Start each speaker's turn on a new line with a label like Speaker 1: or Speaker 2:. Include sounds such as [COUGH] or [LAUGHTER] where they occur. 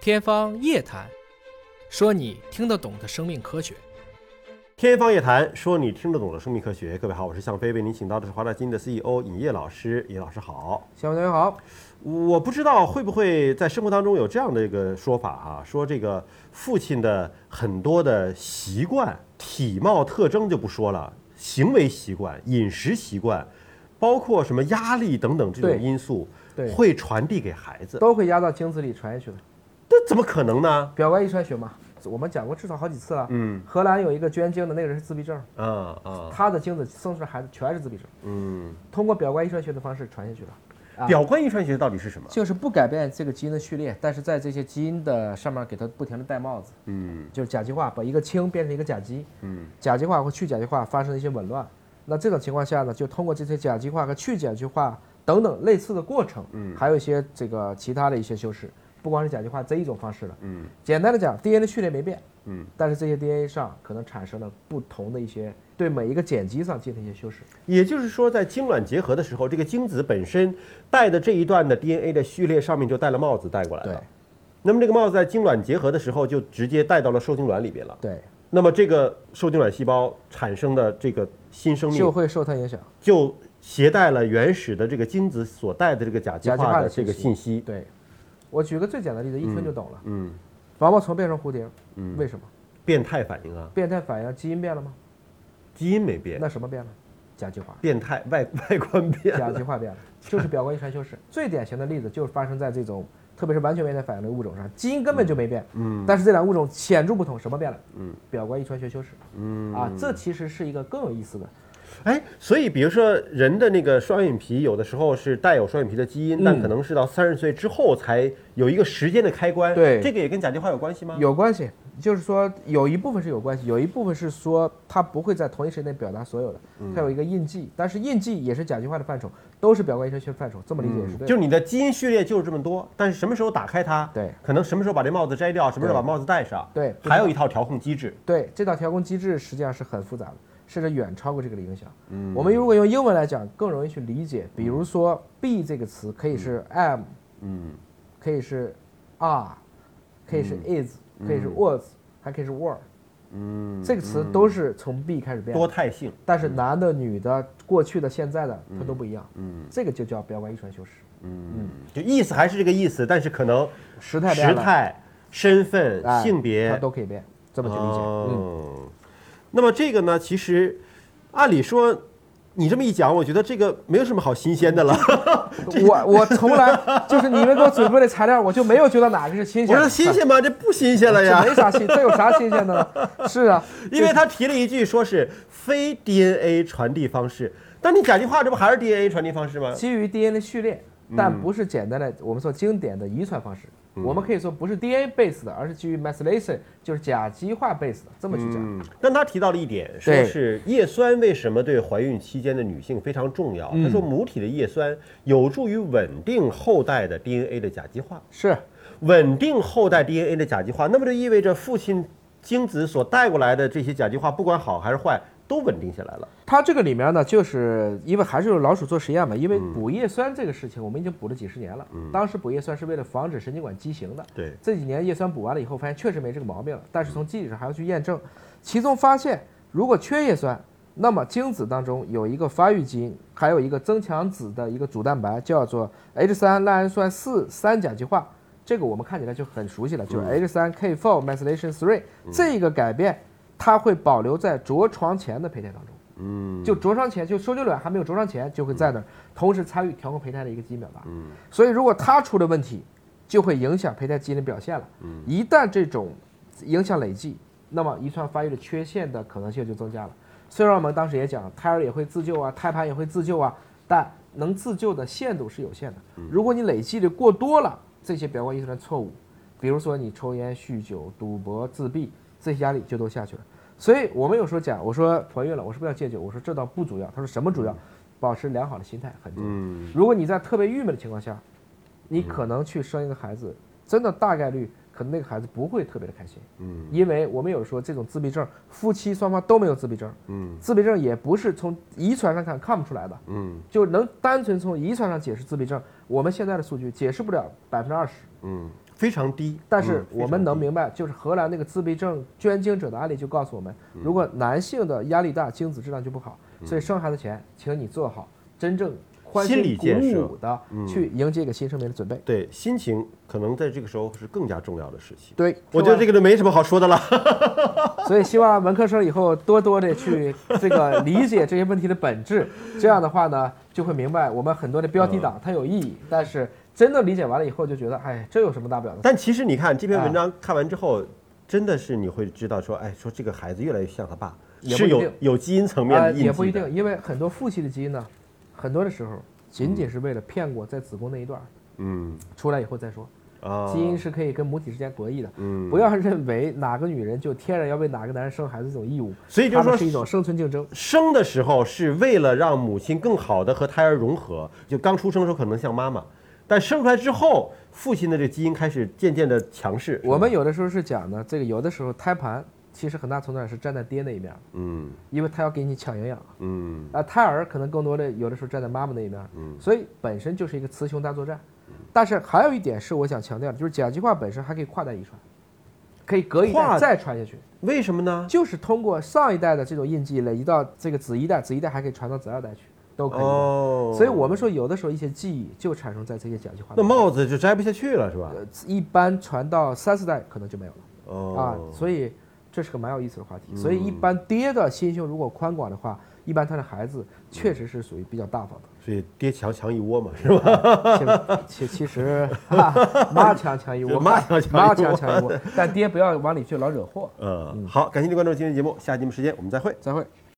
Speaker 1: 天方夜谭，说你听得懂的生命科学。
Speaker 2: 天方夜谭，说你听得懂的生命科学。各位好，我是向飞，为您请到的是华大基因的 CEO 尹烨老师。尹老师好，
Speaker 3: 小伙同学好，
Speaker 2: 我不知道会不会在生活当中有这样的一个说法啊，说这个父亲的很多的习惯、体貌特征就不说了，行为习惯、饮食习惯，包括什么压力等等这种
Speaker 3: 对
Speaker 2: 因素，
Speaker 3: 对
Speaker 2: 会传递给孩子。
Speaker 3: 都会压到精子里传下去的，
Speaker 2: 这怎么可能呢？
Speaker 3: 表外遗传学嘛，我们讲过至少好几次了。
Speaker 2: 嗯，
Speaker 3: 荷兰有一个捐精的那个人是自闭症，
Speaker 2: 啊啊，
Speaker 3: 他的精子生出来孩子全是自闭症，
Speaker 2: 嗯，
Speaker 3: 通过表观遗传学的方式传下去了。啊
Speaker 2: 表观遗传学到底是什么？
Speaker 3: 就是不改变这个基因的序列，但是在这些基因的上面给它不停的戴帽子，
Speaker 2: 嗯
Speaker 3: 就是甲基化把一个氢变成一个甲基，
Speaker 2: 嗯
Speaker 3: 甲基化或去甲基化发生一些紊乱。那这种情况下呢，就通过这些甲基化和去甲基化等等类似的过程，
Speaker 2: 嗯
Speaker 3: 还有一些这个其他的一些修饰，不光是甲基化这一种方式了。
Speaker 2: 嗯
Speaker 3: 简单的讲，DNA 序列没变，
Speaker 2: 嗯，
Speaker 3: 但是这些 DNA 上可能产生了不同的一些对每一个碱基上进行一些修饰。
Speaker 2: 也就是说，在精卵结合的时候，这个精子本身带的这一段的 DNA 的序列上面就戴了帽子带过来了。那么这个帽子在精卵结合的时候就直接带到了受精卵里边了。
Speaker 3: 对，
Speaker 2: 那么这个受精卵细胞产生的这个新生
Speaker 3: 就
Speaker 2: 命
Speaker 3: 会受它影响。
Speaker 2: 就携带了原始的这个精子所带的这个甲基
Speaker 3: 甲基化
Speaker 2: 化
Speaker 3: 的
Speaker 2: 的这个信
Speaker 3: 信
Speaker 2: 息。
Speaker 3: 对，我举个最简单的例子，一听就懂了。
Speaker 2: 嗯，
Speaker 3: 毛毛虫变成蝴蝶，为什么？
Speaker 2: 变态反应啊，
Speaker 3: 变态反应基因变了吗？
Speaker 2: 基因没变，，
Speaker 3: 那什么变了？甲基化
Speaker 2: 变态外外观变
Speaker 3: 甲
Speaker 2: 了。
Speaker 3: 基化变了，就是表观遗传修饰。最典型的例子就是发生在这种，特别是完全没变态反应的物种上，基因根本就没变，
Speaker 2: 嗯
Speaker 3: 但是这两物种显著不同，什么变了？
Speaker 2: 嗯，
Speaker 3: 表观遗传学修饰。
Speaker 2: 嗯
Speaker 3: 啊，这其实是一个更有意思的。
Speaker 2: 哎，所以比如说人的那个双眼皮，有的时候是带有双眼皮的基
Speaker 3: 嗯
Speaker 2: 因，但可能是到三十岁之后才有一个时间的开关。
Speaker 3: 对
Speaker 2: 这个也跟甲基化有关系吗？
Speaker 3: 有关系，就是说有一部分是有关系，有一部分是说它不会在同一时间内表达所有的，它有一个印记，但是印记也是甲基化的范畴，都是表观遗传学范畴，这么理解也是对的。
Speaker 2: 就是你的基因序列就是这么多，但是什么时候打开它，
Speaker 3: 对，
Speaker 2: 可能什么时候把这帽子摘掉，什么时候把帽子戴上，
Speaker 3: 对
Speaker 2: 还有一套调控机制。
Speaker 3: 对，这道调控机制实际上是很复杂的，甚至远超过这个的影响。
Speaker 2: 嗯
Speaker 3: 我们如果用英文来讲，更容易去理解。比如说 “be” 这个词可以是 “am”，
Speaker 2: 嗯
Speaker 3: 可以是 “are”，可以是 “is”，、可以是 “was”，还可以是 “were”。
Speaker 2: 嗯，
Speaker 3: 这个词都是从 “be” 开始变的
Speaker 2: 多。态性。
Speaker 3: 但是男的、女的、过去的、现在的，它都不一样。
Speaker 2: 嗯
Speaker 3: 这个就叫表观遗传修饰，
Speaker 2: 嗯，就意思还是这个意思，但是可能
Speaker 3: 时态变
Speaker 2: 时
Speaker 3: 了、
Speaker 2: 态、身份、
Speaker 3: 哎
Speaker 2: 性别
Speaker 3: 它都可以变，这么去理解。嗯，
Speaker 2: 哦，那么这个呢，其实按理说，你这么一讲，我觉得这个没有什么好新鲜的了。
Speaker 3: 嗯 [LAUGHS] 我我从来就是你们给我准备的材料，我就没有觉得哪个是新
Speaker 2: [LAUGHS] 我
Speaker 3: 鲜的。
Speaker 2: 说新鲜吗？
Speaker 3: 嗯
Speaker 2: 这不新鲜了
Speaker 3: 这
Speaker 2: 呀，
Speaker 3: 没啥新，这有啥新鲜的呢？嗯是
Speaker 2: [LAUGHS]
Speaker 3: 啊，
Speaker 2: 因为他提了一句说是非 DNA 传递方式，但你甲基化这不还是 DNA 传递方式吗？
Speaker 3: 基于 DNA 序列，
Speaker 2: 嗯
Speaker 3: 但不是简单的我们说经典的遗传方式。我们可以说不是 DNA base 的，而是基于 methylation，就是甲基化 base 的，这么去讲。
Speaker 2: 嗯，但他提到了一点，说
Speaker 3: 对
Speaker 2: 是叶酸为什么对怀孕期间的女性非常重要？
Speaker 3: 嗯
Speaker 2: 他说母体的叶酸有助于稳定后代的 DNA 的甲基化。
Speaker 3: 是，
Speaker 2: 稳定后代 DNA 的甲基化，那么就意味着父亲精子所带过来的这些甲基化，不管好还是坏，都稳定下来了。
Speaker 3: 它这个里面呢，就是因为还是有老鼠做实验嘛，因为
Speaker 2: 嗯
Speaker 3: 补叶酸这个事情，我们已经补了几十年了。当时补叶酸是为了防止神经管畸形的。
Speaker 2: 对，
Speaker 3: 这几年叶酸补完了以后，发现确实没这个毛病了，但是从机理上还要去验证。其中发现，如果缺叶酸，那么精子当中有一个发育基因，还有一个增强子的一个组蛋白，叫做 H 3赖氨酸四三甲基化。这个我们看起来就很熟悉了，就是 H 3 K 4 methylation three 这个改变，它会保留在着床前的胚胎当中。
Speaker 2: 嗯，
Speaker 3: 就着床前，就受精卵还没有着床前，就会在那儿同时参与调控胚胎的一个基因表达。所以如果它出了问题，就会影响胚胎基因的表现了。一旦这种影响累计，那么遗传发育的缺陷的可能性就增加了。虽然我们当时也讲，胎儿也会自救啊，胎盘也会自救啊，但能自救的限度是有限的。如果你累积的过多了，这些表观遗传错误，比如说你抽烟、酗酒、赌博、自闭，这些压力就都下去了。所以我们有时候讲，我说怀孕了，我是不是要戒酒？我说这倒不主要。他说什么主要？保持良好的心态很重要。
Speaker 2: 嗯，
Speaker 3: 如果你在特别郁闷的情况下，你可能去生一个孩子，真的大概率可能那个孩子不会特别的开心。
Speaker 2: 嗯，
Speaker 3: 因为我们有说这种自闭症，夫妻双方都没有自闭症，
Speaker 2: 嗯，
Speaker 3: 自闭症也不是从遗传上看看不出来的，
Speaker 2: 嗯，
Speaker 3: 就能单纯从遗传上解释自闭症，我们现在的数据解释不了百分之二十。
Speaker 2: 嗯，非常低。
Speaker 3: 但
Speaker 2: 嗯
Speaker 3: 是
Speaker 2: 非
Speaker 3: 我们
Speaker 2: 常
Speaker 3: 能
Speaker 2: 低
Speaker 3: 明白，就是荷兰那个自闭症捐精者的案例就告诉我们，
Speaker 2: 嗯
Speaker 3: 如果男性的压力大，精子质量就不好，所以生孩子前，请你做好真正欢
Speaker 2: 心
Speaker 3: 欣
Speaker 2: 理
Speaker 3: 鼓
Speaker 2: 建设嗯
Speaker 3: 舞的去迎接一个新生命的准备。
Speaker 2: 对心情，可能在这个时候是更加重要的事情。
Speaker 3: 对，
Speaker 2: 我觉得这个就没什么好说的了。 [LAUGHS]
Speaker 3: 所以希望文科生以后多多的去这个理解这些问题的本
Speaker 2: [LAUGHS]
Speaker 3: 质，这样的话呢，就会明白我们很多的标题
Speaker 2: 嗯
Speaker 3: 党它有意义，但是真的理解完了以后就觉得，哎，这有什么大不了的？
Speaker 2: 但其实你看这篇文章看完之后，真的是你会知道说，哎，说这个孩子越来越像他爸，
Speaker 3: 也不
Speaker 2: 是
Speaker 3: 一定
Speaker 2: 有有基因层面的
Speaker 3: 呃，
Speaker 2: 印记
Speaker 3: 也
Speaker 2: 的。
Speaker 3: 不一定，因为很多父系的基因呢，很多的时候仅仅是为了骗过在子宫那一段儿，
Speaker 2: 嗯
Speaker 3: 出来以后再说。
Speaker 2: 啊，
Speaker 3: 基因是可以跟母体之间博弈的，
Speaker 2: 嗯
Speaker 3: 不要认为哪个女人就天然要为哪个男人生孩子这种义务，
Speaker 2: 所以就
Speaker 3: 他
Speaker 2: 是
Speaker 3: 们
Speaker 2: 说
Speaker 3: 是一种生存竞争。
Speaker 2: 生的时候是为了让母亲更好的和胎儿融合，就刚出生的时候可能像妈妈，但生出来之后，父亲的这个基因开始渐渐的强势。是吧
Speaker 3: 我们有的时候是讲呢，这个有的时候胎盘其实很大程度上是站在爹那一面儿，
Speaker 2: 嗯
Speaker 3: 因为他要给你抢营养。
Speaker 2: 嗯
Speaker 3: 啊，胎儿可能更多的有的时候站在妈妈那一面儿，所以本身就是一个雌雄大作战。但是还有一点是我想强调的，就是甲基化本身还可以跨代遗传，可以隔一代
Speaker 2: 跨
Speaker 3: 再传下去，
Speaker 2: 为什么呢？
Speaker 3: 就是通过上一代的这种印记累积到这个子一代，子一代还可以传到子二代去，都可以的。
Speaker 2: 哦，
Speaker 3: 所以我们说，有的时候一些记忆就产生在这些甲基化。
Speaker 2: 那帽子就摘不下去了，是吧？
Speaker 3: 呃一般传到三四代可能就没有了、啊
Speaker 2: 哦，，嗯
Speaker 3: 所以这是个蛮有意思的话题。所以一般爹的心胸如果宽广的话，一般他的孩子
Speaker 2: 嗯
Speaker 3: 确实是属于比较大方
Speaker 2: 所以爹强强一窝嘛，是吧？
Speaker 3: 的。其其其实、哈妈强强一窝，
Speaker 2: 妈强强一窝
Speaker 3: 妈强强一窝，但爹不要往里去老惹祸。
Speaker 2: 呃嗯，好，感谢您关注今天节目，下期节目时间我们再会。
Speaker 3: 再会。